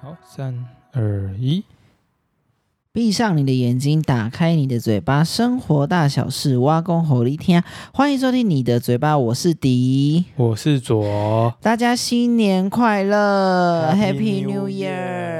好，三二一，闭上你的眼睛，打开你的嘴巴，生活大小事，挖工吼力听。欢迎收听你的嘴巴，我是迪，我是左，大家新年快乐 Happy ，Happy New New Year Year！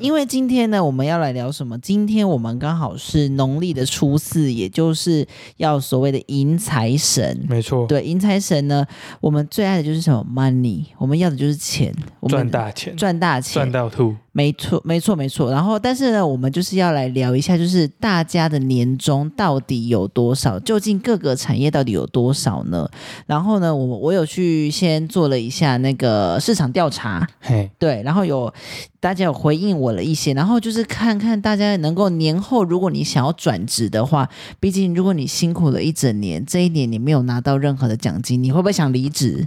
因为今天呢，我们要来聊什么？今天我们刚好是农历的初四，也就是要所谓的迎财神。没错，对，迎财神呢，我们最爱的就是什么？money，我们要的就是钱，我们赚大钱，赚大钱赚，到吐，没错，没错，没错。然后，但是呢，我们就是要来聊一下，就是大家的年终到底有多少？究竟各个产业到底有多少呢？然后呢，我我有去先做了一下那个市场调查，嘿，对，然后有大家有回应我了一些，然后就是看看大家能够年后，如果你想要转职的话，毕竟如果你辛苦了一整年，这一年你没有拿到任何的奖金，你会不会想离职？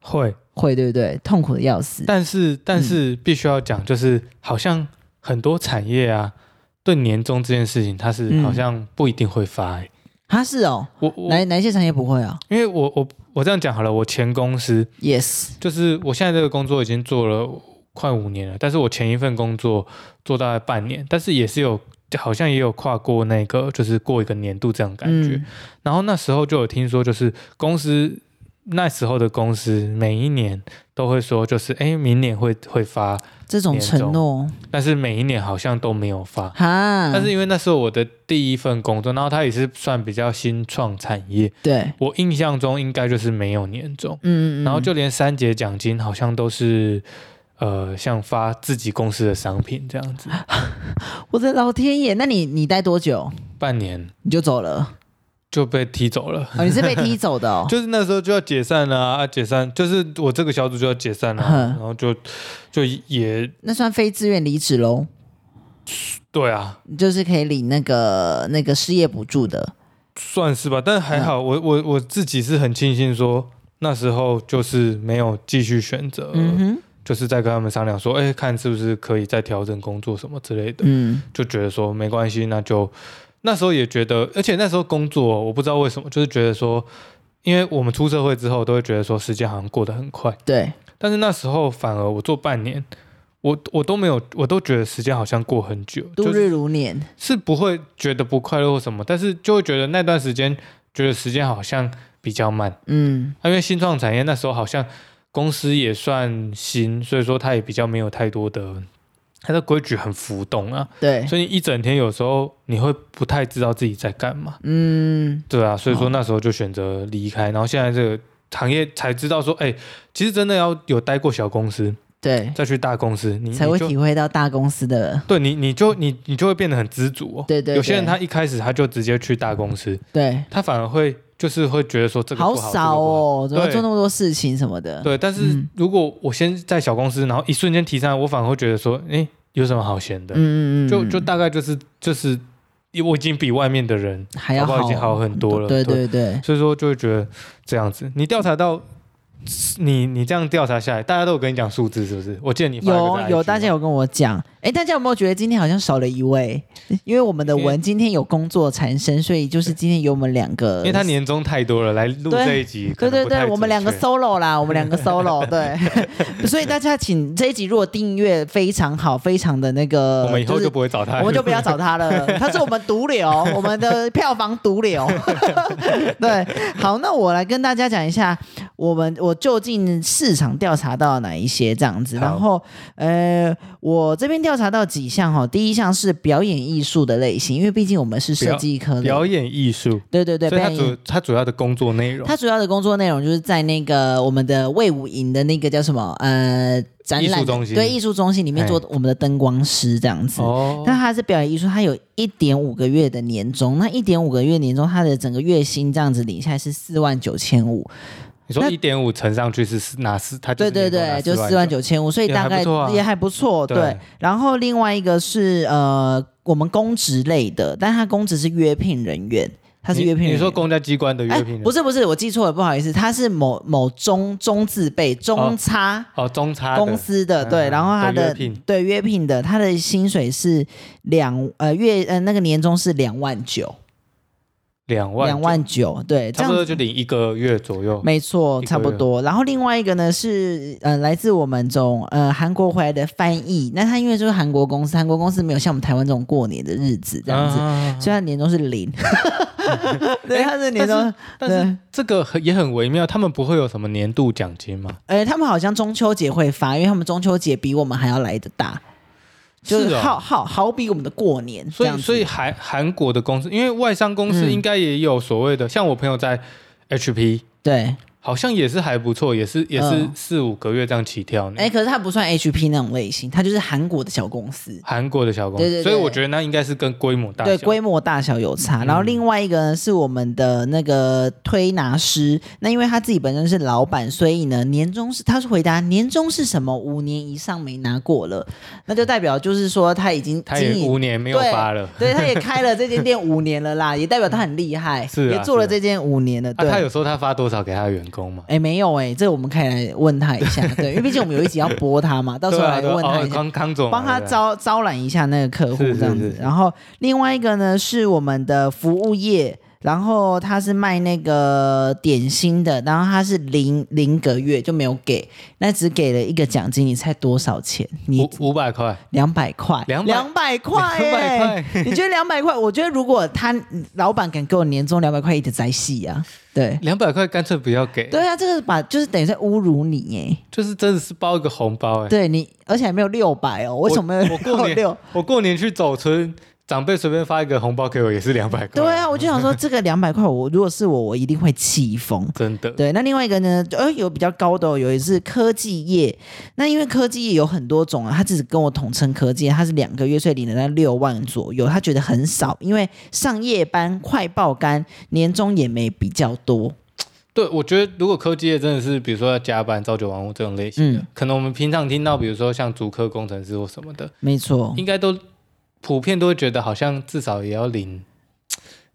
会。会，对不对？痛苦的要死。但是，但是必须要讲，就是好像很多产业啊，对年终这件事情，它是嗯好像不一定会发、欸。他是哦，我我哪哪一些产业不会啊因为我我我这样讲好了，我前公司？Yes。就是我现在这个工作已经做了快五年了，但是我前一份工作做大概半年，但是也是有好像也有跨过那个就是过一个年度这样的感觉。嗯然后那时候就有听说，就是公司那时候的公司每一年都会说，就是哎明年会会发，这种承诺但是每一年好像都没有发。哈，但是因为那时候我的第一份工作，然后它也是算比较新创产业，对，我印象中应该就是没有年终。嗯嗯，嗯然后就连三节奖金好像都是呃，像发自己公司的商品这样子，我的老天爷，那你你待多久半年你就走了？就被踢走了。，哦，你是被踢走的哦就是那时候就要解散了啊，啊解散就是我这个小组就要解散了啊、哼然后就就也那算非自愿离职喽，对啊，你就是可以领那个那个失业补助的。算是吧，但还嗯好我我我自己是很庆幸说那时候就是没有继续选择，嗯哼，就是在跟他们商量说，哎，看是不是可以再调整工作什么之类的，嗯，就觉得说没关系，那就那时候也觉得，而且那时候工作哦我不知道为什么，就是觉得说，因为我们出社会之后都会觉得说时间好像过得很快，对，但是那时候反而我做半年，我我都没有，我都觉得时间好像过很久，度就日是如年，是不会觉得不快乐或什么，但是就会觉得那段时间觉得时间好像比较慢，嗯啊因为新创产业那时候好像公司也算新，所以说它也比较没有太多的。它的规矩很浮动啊，对，所以一整天有时候你会不太知道自己在干嘛，嗯对啊，所以说哦那时候就选择离开，然后现在这个行业才知道说，哎、其实真的要有待过小公司，对，再去大公司，你才会你就体会到大公司的对你你就你你就会变得很知足哦。对对有些人对他一开始他就直接去大公司，对，他反而会就是会觉得说这个不好少。哦，这个不怎好么做那么多事情什么这个不好的？对，但是嗯如果我先在小公司，然后一瞬间提上来，我反而会觉得说，哎、有什么好闲的？嗯嗯嗯，就就嗯大概就是就是，我已经比外面的人嗯还好要不好已经好很多了对对对对，所以说就会觉得这样子。你调查到你你这样调查下来，大家都有跟你讲数字是不是？我记得你发了个在 IG 有有，嘛大家有跟我讲，哎，大家有没有觉得今天好像少了一位？因为我们的因为文今天有工作缠身，所以就是今天有我们两个，因为他年终太多了，来录对这一集可能对对不太对，准确，我们两个 solo 啦，我们 两个 solo，对，所以大家请这一集如果订阅非常好，非常的那个，我们以后是就不会找他，我 呃们就不要找他了，他是我们毒瘤，我们的票房毒瘤。 对，好，那我来跟大家讲一下，我们我究竟市场调查到哪一些这样子，好然后呃，我这边调查到几项哈，第一项是表演艺术的类型，因为毕竟我们是设计科的，表演艺术。对对对，所以表他演艺术主他主要的工作内容，他主要的工作内容就是在那个我们的魏武营的那个叫什么呃展艺术览中心对艺术中心里面做我们的灯光师这样子。哦，但他是表演艺术，他有一点五个月的年终，那一点五个月年终，他的整个月薪这样子领下来是四万九千五，你说那一点五乘上去是是哪四？他对对对，就四四万。九千五，所以也大还不概错啊也还不错，对对。然后另外一个是呃，我们公职类的，但他公职是约聘人员，他是约聘人你员。哎说公家机关的约聘人员？不是不是，我记错了，不好意思，他是某某中中字辈中差哦，中差的公司的，对，嗯然后他的约的聘对约聘的，他的薪水是两呃月呃那个年终是两万九，两万，两，万九，对，这差样不多子就领一个月左右。没一错，个差不月多。然后另外一个呢是呃来自我们从呃韩国回来的翻译，那他因为就是韩国公司，韩国公司没有像我们台湾这种过年的日子这样子，啊哎所以他年终是零， 对，他是年但终是，但是这个很也很微妙，他们不会有什么年度奖金吗？呃，他们好像中秋节会发，因为他们中秋节比我们还要来的大，就是是哦好好好比我们的过年这所样以子。所以韩韩国的公司，因为外商公司嗯应该也有所谓的，像我朋友在 HP，对，好像也是还不错，也是也是嗯四五个月这样起跳呢哎、。可是他不算 HP 那种类型，他就是韩国的小公司。韩国的小公司，对对对所以我觉得那应该是跟规模大对小嗯规模大小有差，然后另外一个呢是我们的那个推拿师，那因为他自己本身是老板，所以呢年终是他是回答年终是什么五年以上没拿过了，那就代表就是说他已经他经也营五年没有对发了，对，他也开了这间店五年了啦，也代表他很厉害， 是啊也做了这间五年了。啊，对，他有说他发多少给他的员工吗？哎、没有哎、这个我们可以来问他一下，对，因为毕竟我们有一集要播 他嘛，到时候对啊来对啊啊问他哦一下。康康总帮他来的招招揽一下那个客户是是这样子，是然后另外一个呢是我们的服务业，然后他是卖那个点心的，然后他是零零个月就没有给，那只给了一个奖金，你猜多少钱？你五五百块，两百块， 200两百块、欸， 200块你觉得两百块？我觉得如果他老板敢给我年终两百块，一直在戏啊，对。两百块干脆不要给，对啊，这个把就是等于在侮辱你耶！就是真的是包一个红包哎、对你，而且还没有六百哦，为什么没有我过六年？我过年去走村，长辈随便发一个红包给我也是两百块，对啊，我就想说这个两百块，我如果是我，我一定会气疯。真的。对，那另外一个呢，呃，有比较高的、哦，有一是科技业。那因为科技业有很多种啊，他只是跟我统称科技业，他是两个月所以领了那六万左右，他觉得很少，因为上夜班快爆肝，年终也没比较多。对，我觉得如果科技业真的是，比如说要加班、朝九晚五这种类型，嗯，可能我们平常听到，比如说像足科工程师或什么的，没错，应该都普遍都会觉得好像至少也要领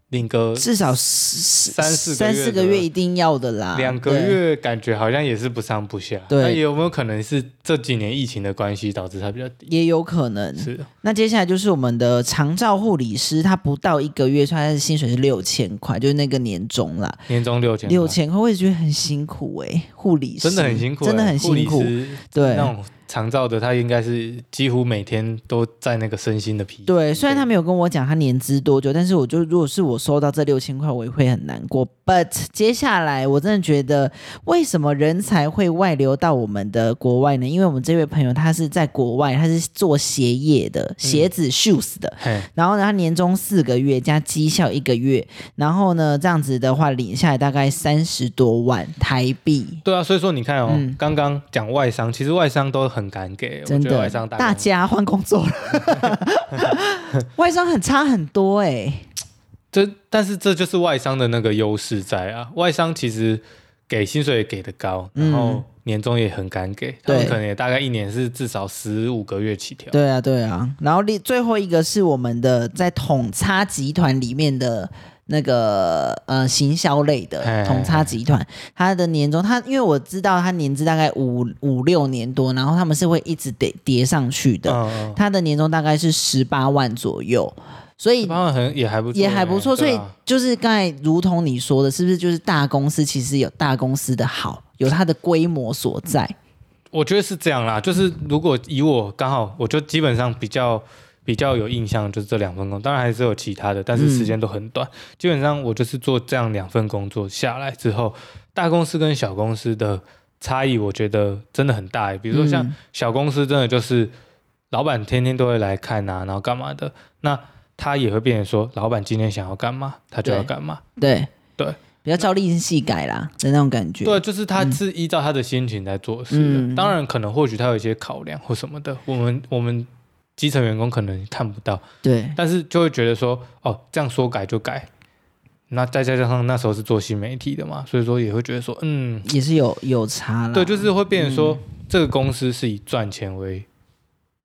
领个至少十三四个三月四个的月一定要的啦，两个啊对。月，感觉好像也是不上不下。对那有没有可能是这几年疫情的关系导致它比较低？也有可能。是啊的，那接下来就是我们的长照护理师，他不到一个月，所以他的薪水是六千块，就是那个年终啦，年终六千，六千块，我也觉得很辛苦哎、护理师真的很辛苦欸，真的很护理辛苦。师对那种长照的，他应该是几乎每天都在那个身心的疲惫。对，虽然他没有跟我讲他年资多久，但是我就如果是我收到这六千块，我也会很难过。But 接下来我真的觉得，为什么人才会外流到我们的国外呢？因为我们这位朋友他是在国外，他是做鞋业的，嗯鞋子 shoes 的，嘿，然后呢，他年终四个月加绩效一个月，然后呢，这样子的话领下来大概三十多万台币，对啊，所以说你看哦，嗯刚刚讲外商，其实外商都很敢给，我真觉得的外商，大大概家换工作了， 外商很差很多哎、这，但是这就是外商的那个优势在啊。外商其实给薪水也给的高，然后嗯年终也很敢给，他们对可能也大概一年是至少十五个月起跳。对啊，对啊。然后另最后一个是我们的在统差集团里面的那个呃行销类哎的统差集团，它的年终，它因为我知道它年资大概五五六年多，然后他们是会一直得叠上去的，嗯，嗯，它的年终大概是十八万左右，所以这帮很也还不错也还不欸错。所对以啊就是刚才如同你说的，是不是就是大公司其实有大公司的好，有它的规模所在。嗯我觉得是这样啦，就是如果以我刚好，我就基本上比较比较有印象，就是这两份工，当然还是有其他的，但是时间都很短。基本上我就是做这样两份工作下来之后，大公司跟小公司的差异，我觉得真的很大欸。比如说像嗯小公司，真的就是老板天天都会来看啊，然后干嘛的，那他也会变成说，老板今天想要干嘛，他就要对干嘛。对对，比较照令细改啦的那种感觉。对，就是他是依照他的心情在做事的。嗯当然，可能或许他有一些考量或什么的，我们我们基层员工可能看不到，对但是就会觉得说，哦，这样说改就改。那再加上那时候是做新媒体的嘛，所以说也会觉得说，嗯，也是有有差啦。嗯对，就是会变成说，这个公司是以赚钱为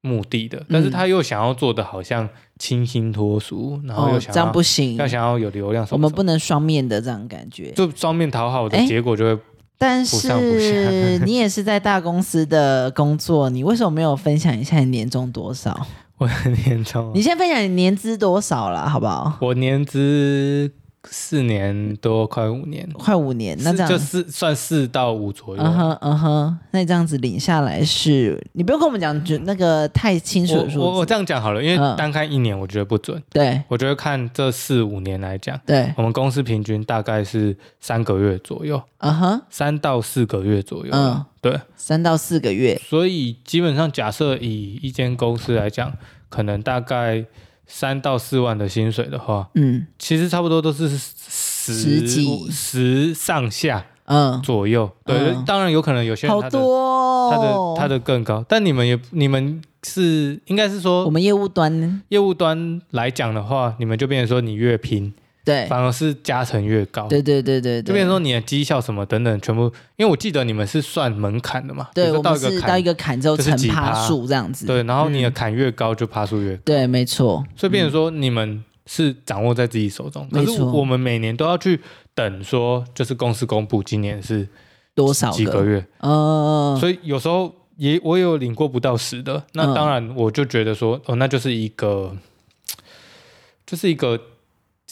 目的嗯的，但是他又想要做的好像清新脱俗，然后又哦，想这要、样不行，啊要想要有流量什我么们什不么，能双面的这样感觉。就双面讨好的哎结果就会但不上不是你也是在大公司的工作，你为什么没有分享一下你年终 多少？我很严重你。先分享你年资多少啦，好不好？我年资四年多，快五年，快五年，哦那四这样就四算四到五左右。嗯哼嗯哼，那这样子领下来是，你不用跟我们讲就那个太清楚的我我数我字，这样讲好了，因为嗯单看一年，我觉得不准，对我觉得看这四五年来讲，对，我们公司平均大概是三个月左右，嗯哼，三到四个月左右。嗯，对，三到四个月，所以基本上假设以一间公司来讲，可能大概三到四万的薪水的话，嗯其实差不多都是十十几十上下嗯，左右。对，嗯当然有可能有些人好他的、多他的哦，他的更高，但你们也你们是应该是我说们业务端业务端来讲的话，你们就变成说你越拼，对反而是加成越高。对对对对就变对成。说你的绩效什么等等，全部，因为我记得你们是算门槛的嘛，比对，如我说到一们是个到坎一，个坎之后就是乘几趴趴数这样子。对，然后你的嗯坎越高，就爬树越高，对，没错。所以变成说你们是掌握在自己手中。可嗯没是错我们每年都要去等，说就是公司公布今年是多少几个？月，嗯，所以有时候也我有领过不到十的，那嗯当然我就觉得说，哦，那就是一个，就是一个。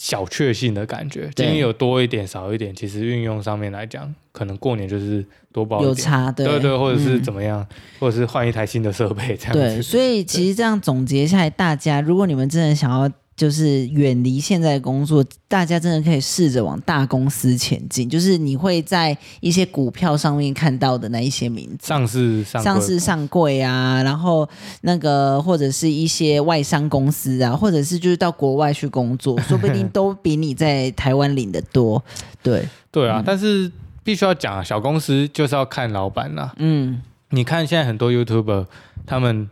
小确幸的感觉，今对年有多一点少一点，其实运用上面来讲，可能过年就是多包一有点，差，对对对，或者是嗯怎么样，或者是换一台新的设备这样子。对，所以其实这样总结下来，大家如果你们真的想要。就是远离现在的工作，大家真的可以试着往大公司前进。就是你会在一些股票上面看到的那一些名字，上市上上柜市上柜啊，然后那个或者是一些外商公司啊，或者是就是到国外去工作，说不 定都比你在台湾领的多。对，对啊，嗯但是必须要讲啊，小公司就是要看老板啦。嗯，你看现在很多 YouTuber 他们，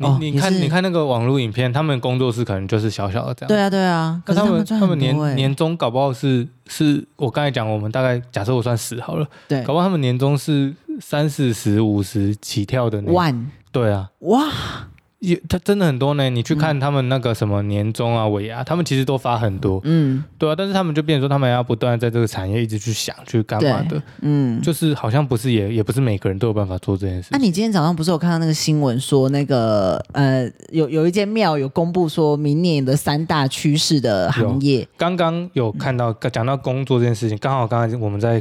你、哦你也看是你看那个网络影片，他们工作室可能就是小小的这样。对啊，对啊。可那是他们赚他很们多欸年年终搞不好是是我刚才讲，我们大概假设我算十好了，对搞不好他们年终是三四十、五十起跳的呢。万对啊，哇，嗯也他真的很多呢。你去看他们那个什么年终啊、尾牙，他们其实都发很多。嗯对啊，但是他们就变成说，他们要不断地在这个产业一直去想、去干嘛的，嗯。就是好像不是也也不是每个人都有办法做这件事那、。你今天早上不是有看到那个新闻说，那个呃，有有一间庙有公布说明年的三大趋势的行业，刚刚有看到讲到工作这件事情，刚好刚才我们在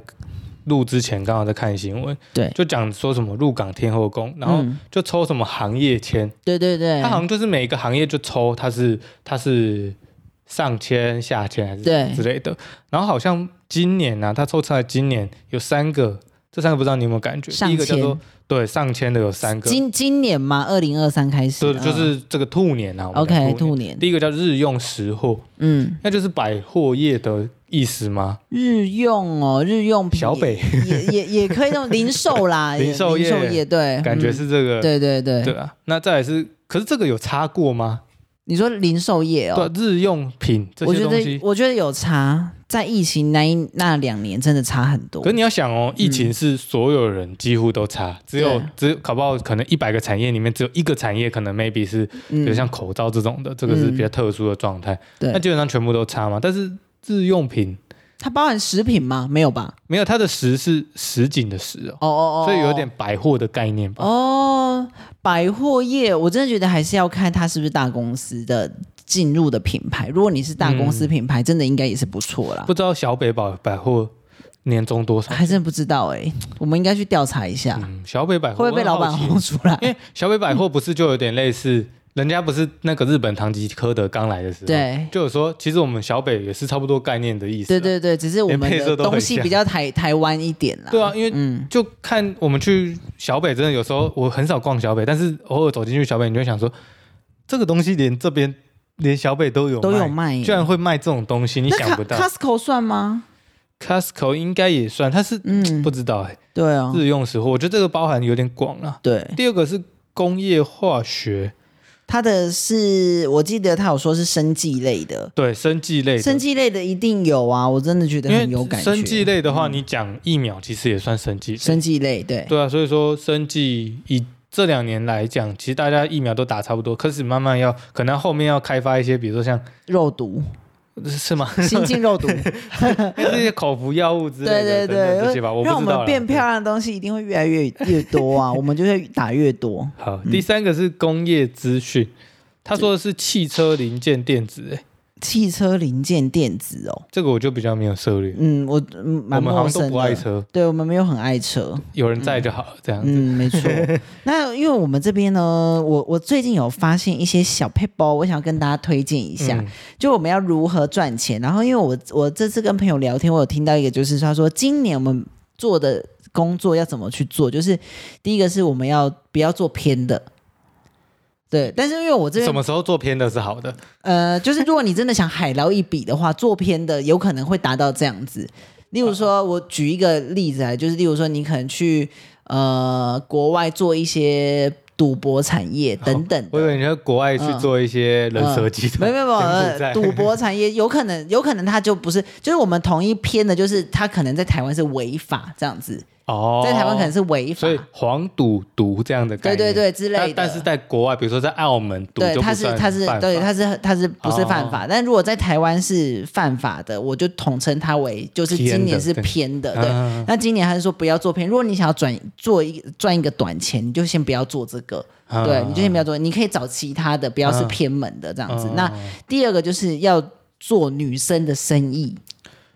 录之前刚好在看新闻，对就讲说什么入港天后宫，然后嗯就抽什么行业签，对对对，它好像就是每个行业就抽，它是它是上签、下签还是对之类的。然后好像今年啊，他抽出来今年有三个，这三个不知道你有没有感觉？上第一个叫做签对上签的有三个，今今年嘛，二零二三开始，对，嗯就是这个兔年啊。我们讲 OK 兔兔年。年，第一个叫日用食货，嗯，那就是百货业的意思吗？日用哦，日用品小北也也也可以用零售啦， 零也售业零售业对，感觉嗯是这个，对对对，对啊。那再来是，可是这个有差过吗？你说零售业对哦啊，，日用品这我些觉东得西。我觉得有差，在疫情那一那两年真的差很多可，是你要想哦，疫情是所有人几乎都差，只有嗯对啊只搞不好可能一百个产业里面只有一个产业可能 maybe 是，比如嗯，像口罩这种的，这个是比较特殊的状态。对那基本上全部都差嘛。但是日用品它包含食品吗？没有吧？没有，它的食是实景的食哦，哦哦哦，所以有点百货的概念吧。哦，百货业，我真的觉得还是要看它是不是大公司的进入的品牌。如果你是大公司品牌，真的应该也是不错啦。不知道小北宝百货年终多少？还真不知道哎、我们应该去调查一下，嗯，小北百货会不会被老板我很好轰奇出来？ 因为小北百货不是就有点类似，人家不是那个日本堂吉诃德刚来的时候，，对。就有说其实我们小北也是差不多概念的意思、啊对。对对，只是我们连配色的都很东西像比较台台湾一点啦。对啊，因为嗯，就看我们去小北，真的有时候我很少逛小北，但是偶尔走进去小北，你就会想说，这个东西连这边连小北都有都有卖耶居然会卖这种东西，你那想 Co- 不到。 Costco 算吗？ Costco 应该也算，它是、嗯不，知道哎、对啊，日用食货，我觉得这个包含有点广了、对，第二个是工业化学，它的是我记得他有说是生技类的，对，生技类的，生技类的一定有啊，我真的觉得因为很有感觉。嗯生技类的话，你讲疫苗其实也算生技类。生技类，对，对啊，所以说生技以这两年来讲，其实大家疫苗都打差不多，开始慢慢要可能后面要开发一些，比如说像 肉毒、是 吗？新进肉毒，这些口服药物之类对的，对等等这对些吧，我，不让我知道们啦变对漂亮的东西一定会越来越越多 啊，我们就会打越多。好，第三个是工业资讯，他说的是汽车零件电子，哎，汽车零件电子哦，这个我就比较没有涉猎，嗯，我嗯我蛮们好陌像都生不爱的。车，对我们没有很爱车，有人在就好，这样子。嗯，没错。 那因为我们这边呢，我我最近有发现一些小 p a p e 我想跟大家推荐一下。嗯就我们要如何赚钱。然后因为我我这次跟朋友聊天，我有听到一个，就是他说今年我们做的工作要怎么去做，就是第一个是我们要不要做偏的。对，但是因为我这什边么时候做偏的是好的？呃，就是如果你真的想海捞一笔的话，做偏的有可能会达到这样子。例如哦说，我举一个例子来，啊就是例如说，你可能去呃国外做一些赌博产业等等的、我以为你在国外去做一些人蛇集嗯没团，有没有没有，柬埔呃寨赌博产业有可 能，有可能他就不是，就是我们同一篇的，就是他可能在台湾是违法这样子，哦，在台湾可能是违法所，以黄赌毒这样的概对念，对对之类的。但但是在国外，比如说在澳门赌对，就他不是算他是犯法哦对他是他是不是犯法？但如果在台湾是犯法的，我就统称它为就是今年是偏的，偏的对对啊。那今年他是说不要做偏，如果你想要转做一赚一个短钱，你就先不要做这个，啊对，你就先不要做，你可以找其他的，不要是偏门的这样子。啊那第二个就是要做女生的生意，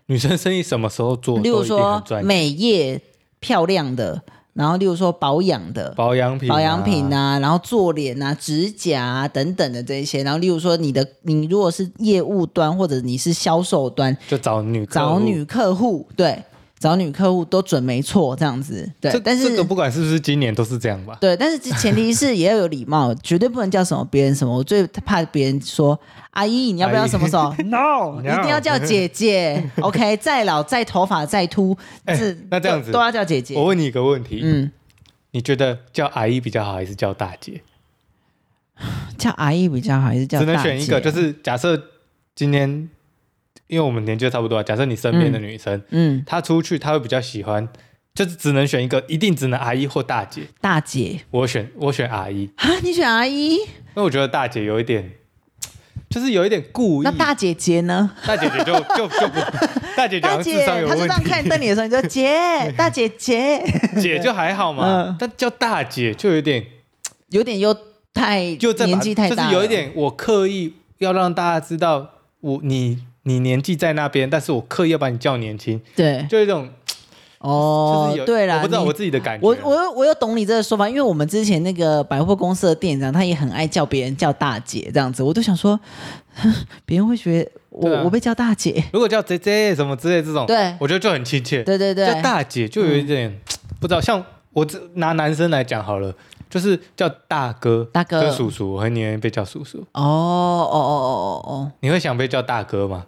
女生生意什么时候做，例如都一定说很赚钱美业漂亮的，然后例如说保养的。保养品、保养品，啊，然后做脸啊、指甲啊等等的这一些，然后例如说你的，你如果是业务端或者你是销售端，就找女客户找女客户，对，找女客户都准没错，这样子，对这，但是、这个不管是不是今年都是这样吧？对，但是前提是也要有礼 貌，绝对不能叫什么别人什么。我最怕别人说阿姨，你要不要什么什 么？No，一定要叫姐姐。OK，再老再头发再秃，哎是那这样都子都要叫姐姐我。问你一个问题，嗯，你觉得叫阿姨比较好，还是叫大姐？叫阿姨比较好，还是叫只能大选一姐个，就是假设今天，因为我们年纪都差不多啊，假设你身边的女生，嗯她出去，她会比较喜欢，就是只能选一个，一定只能阿姨或大姐。大姐我选我选阿姨，啊，你选阿姨，因为我觉得大姐有一点，就是有一点故意。那大姐姐呢？大姐姐就就就不，大姐姐好像大姐，智商有她就这问样看题，瞪你的时候，你说 姐，大姐姐，姐就还好嘛嗯，但叫大姐就有点，有点又太就在把年纪太大就了，是有一点我刻意要让大家知道我你你年纪在那边，但是我刻意要把你叫年轻，对就有一种哦就是，有对啦，我不知道你我自己的感觉，我我我有懂你这个说法，因为我们之前那个百货公司的店长，他也很爱叫别人叫大姐这样子，我都想说，别人会觉得我、对啊我被叫大姐，如果叫 J J 什么之类这种，对我觉得就很亲切。对对对嗯叫，大姐就有一点、不知道，像我这拿男生来讲好了，就是叫大哥、大哥跟叔叔，我很宁愿被叫叔叔。哦哦哦哦哦哦，你会想被叫大哥吗？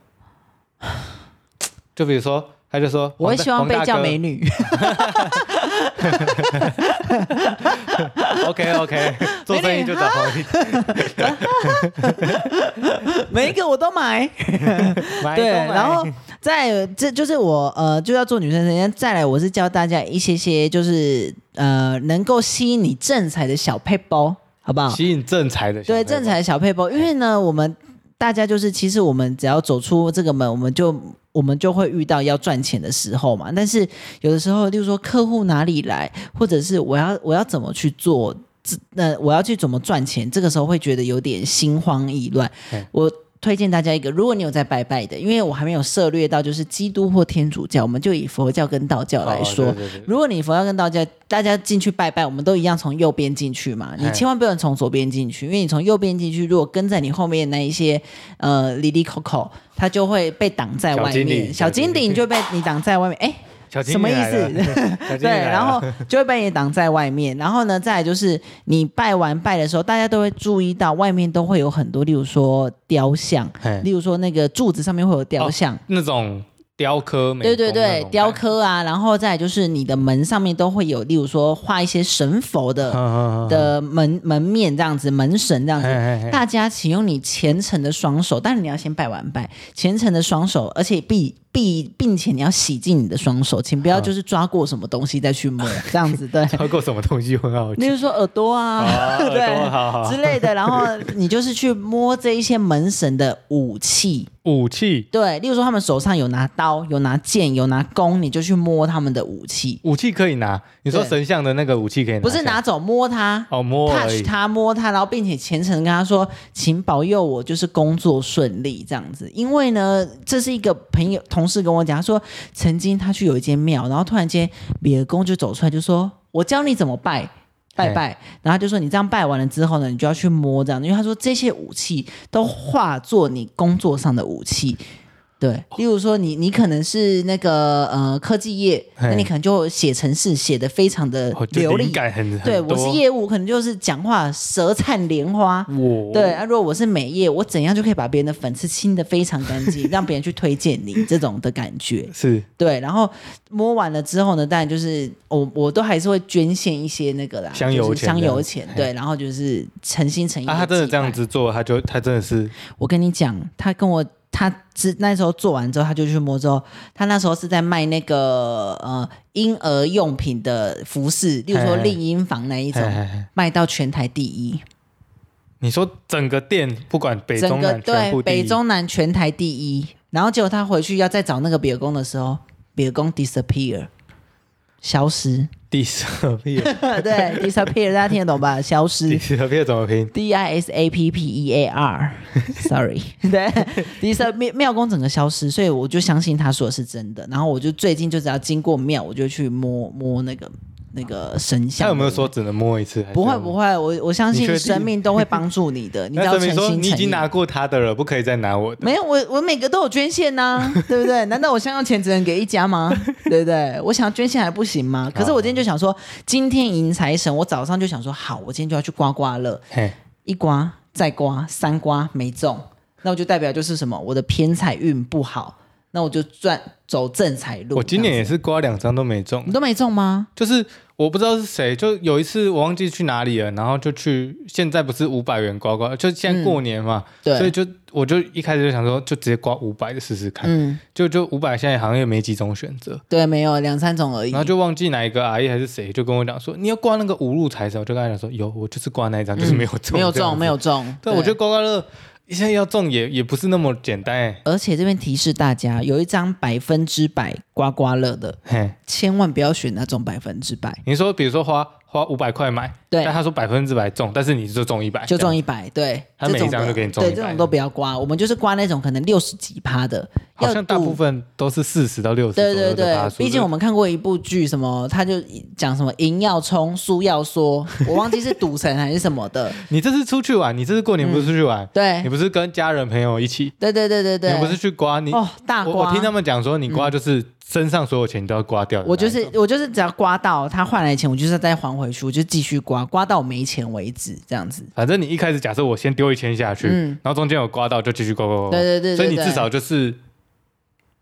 就比如说，他就说，我会黄大希望被叫美黄女， 大哥 OK OK，做生意就找黄奕每一个我都买，买对，都买然后再这就是我呃就要做女生时间，再来我是教大家一些些就是呃能够吸引你正财的小配包，好不好？吸引正财的小朋对友，正财小配包，因为呢，我们大家就是其实我们只要走出这个门，我们就我们就会遇到要赚钱的时候嘛。但是有的时候，例如说客户哪里来，或者是我要我要怎么去做，这那我要去怎么赚钱，这个时候会觉得有点心慌意乱嗯。我。推荐大家一个，如果你有在拜拜的，因为我还没有涉略到就是基督或天主教，我们就以佛教跟道教来哦说，对对对如果你佛要跟道教，大家进去拜拜，我们都一样从右边进去嘛，你哎千万不能从左边进去，因为你从右边进去，如果跟在你后面的那一些呃里里口口，他就会被挡在外小精灵面，小小金精顶灵就被你挡在外面，哎、小金什么鱼意来了思？小金鱼对，来了然后就会被你挡在外面。然后呢，再来就是你拜完拜的时候，大家都会注意到外面都会有很多，例如说雕像，嘿哦例如说那个柱子上面会有雕像，那种雕刻美对对工那对种，雕感刻啊，然后再来就是你的门上面都会有，例如说画一些神佛觉，的嗯，的门门面这样子，门神这嗯嗯样子，嗯嘿嘿嘿大家请用你虔诚的双手，但是你要先拜完拜，虔诚的双手，而且必必并且你要洗净你的双手，请嗯不要就是抓过什么东西再去 摸，这样子对。雕刻什么东西我很好例奇。如说耳朵啊，啊耳朵对，好好之类的，然后你就是去摸这一些门神的武器，武器，对，例如说他们手上有拿刀、有拿剑、有拿弓，你就去摸他们的武器，武器可以拿。你说对神像的那个武器可以拿下，不是拿走摸它，哦摸而 touch 已。他摸他，然后并且虔诚地跟他说，请保佑我就是工作顺利这样子。因为呢，这是一个朋友同事跟我讲，他说曾经他去有一间庙，然后突然间比尔公就走出来就说：“我教你怎么拜。”拜拜，然后他就说你这样拜完了之后呢，你就要去摸这样，因为他说这些武器都化作你工作上的武器，对，哦例如说你你可能是那个呃科技业，嘿那你可能就写程式写的非常的哦，就流灵利，感很很对我是多哦业务，可能就是讲话舌灿莲花。我对，啊，如果我是美业，我怎样就可以把别人的粉刺清的非常 干净，让别人去推荐你这种的感觉。是对，然后摸完了之后呢，当然就是我我都还是会捐献一些那个啦，香油就是钱香这样油钱。对，然后就是诚心诚意。啊，他真的这样，子做，他就他真的是我跟你讲，他跟我他之那时候做完之后，他就去摸之后，他那时候是在卖那个呃婴儿用品的服饰，例如嘿说嘿丽婴房那一嘿种。嘿嘿卖到全台第一，你说整个店不管北整中个南全对部第北一中南全台第一。然后结果他回去要再找那个比尔公的时候，比尔公 disappear，消失。第十片， 对，disappear，大家听得懂吧？消第失。十片怎么拼？ D I S A P P E A R，sorry，对，disappear 庙庙公整个消失，所以我就相信他说的是真的。然后我就最近就只要经过庙，我就去摸摸那个那个神像。他有没有说只能摸一次？还是不会要摸不会？我我相你确信定生命都会帮助你的，你只那要证诚明心说诚意。你已经拿过他的了，不可以再拿我的。没有，我我每个都有捐献呐、 对不对？难道我想要钱只能给一家吗？对不对？我想要捐献还不行啊吗？可是我今天就想说，今天迎财神，我早上就想说，好，我今天就要去刮刮乐，嘿，一刮再刮，三刮没中，那我就代表就是什么，我的偏财运不好，那我就赚走正财路。我今年这样也子是刮两张都没中你，都没中吗？就是我不知道是谁，就有一次我忘记去哪里了，然后就去，现在不是五百元刮刮，就现在过年嘛，所以嗯对，就我就一开始就想说，就直接刮五百的试试看，嗯，就就五百现在好像也没几种选择，对，没有两三种而已然。后就忘记哪一个阿姨还是谁就跟我讲说，你要刮那个五路财神，我就跟他讲说，有，我就是刮那一张，就是没有中， 没有中，没有。有中。但我觉得刮刮乐现在要中也也不是那么简单、欸，而且这边提示大家，有一张百分之百刮刮乐的，嘿。千万不要选那种百分之百，你说，比如说花花五百块买，对但他说百分之百中，但是你就中一百，就中一，一百，对，哎他这每一种张的就给你中对， 100这种都不要刮，我们就是刮那种可能六十几趴的，好要像大赌部分都是四十到六十，对对对，毕竟我们们看过一部剧，什么他就讲什么赢要冲，输要说，我忘记是赌神还是什么 的，你这次出去玩，你这次过嗯年不是出去玩，你对，不是跟家人朋友一起，对对对哎对你对，不是去刮你，哦大我刮，嗯我听他们讲说，你刮就是身上所有钱你都要刮掉的那一种，我就是我就是只要刮到他换来钱，我就是再还回去，我就继续刮，刮到我没钱为止，这样子。反正你一开始假设我先丢一千下去，嗯然后中间有刮到就继续刮刮刮，刮对对对对所以你对至少就是。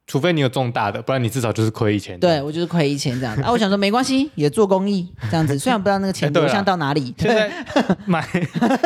除非你有中大的，不然你至少就是亏一千。对，我就是亏一千这样子啊，我想说没关系，也做公益这样子，虽然不知道那个哎 钱对流啦向到哪里，现 在买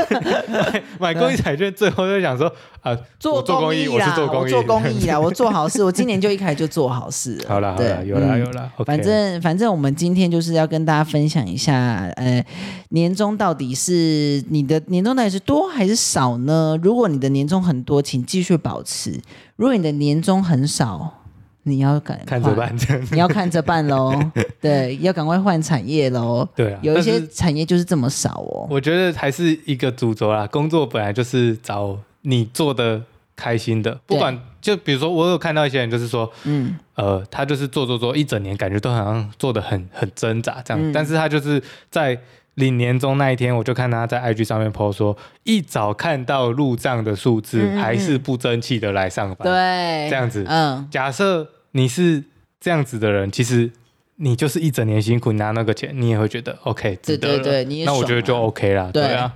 买买公益彩券，最后就想说啊，我做做公益益我是啦，做公我益做公益啦，我做好事，我今年就一开始就做好事了。好啦好啦，对有啦嗯有啦，OK 反正反正我们今天就是要跟大家分享一下，呃，年终到底是你的年终到底是多还是少呢？如果你的年终很多，请继续保持；如果你的年终很少，你要赶看着快，办 这样子。你要看着办 喽。对，要赶快换产业喽。对啊，有一但些是产业就是这么少哦。我觉得还是一个主轴啦，工作本来就是找你做的开心的，不对管就比如说我有看到一些人就是说，嗯，呃，他就是做做做一整年，感觉都好像做的很很挣扎这样，嗯但是他就是在领年终那一天，我就看他在 IG 上面 po 说，一早看到入账的数字，嗯嗯嗯还是不争气的来上班，对，这样子。嗯，假设你是这样子的人，其实你就是一整年辛苦，你拿那个钱，你也会觉得 OK，值对得了。对对，你也那我爽觉得啊就 OK 啦，对对啊。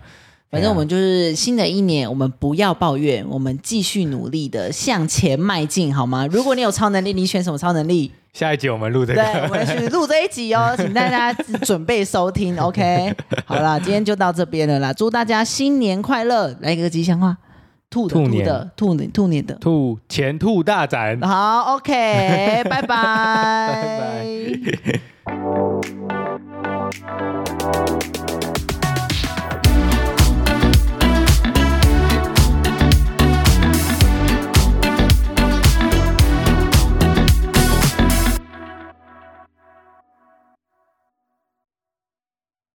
反正我们就是新的一年，我们不要抱怨，我们继续努力的向前迈进，好吗？如果你有超能力，你选什么超能力？下一集我们录这对，个，我们去录这一集哦，请大家准备收 听。OK，好啦，今天就到这边了啦，祝大家新年快乐！来一个吉祥话，兔的兔兔年的兔年兔年的。兔前兔大展。好，OK，拜拜， 拜。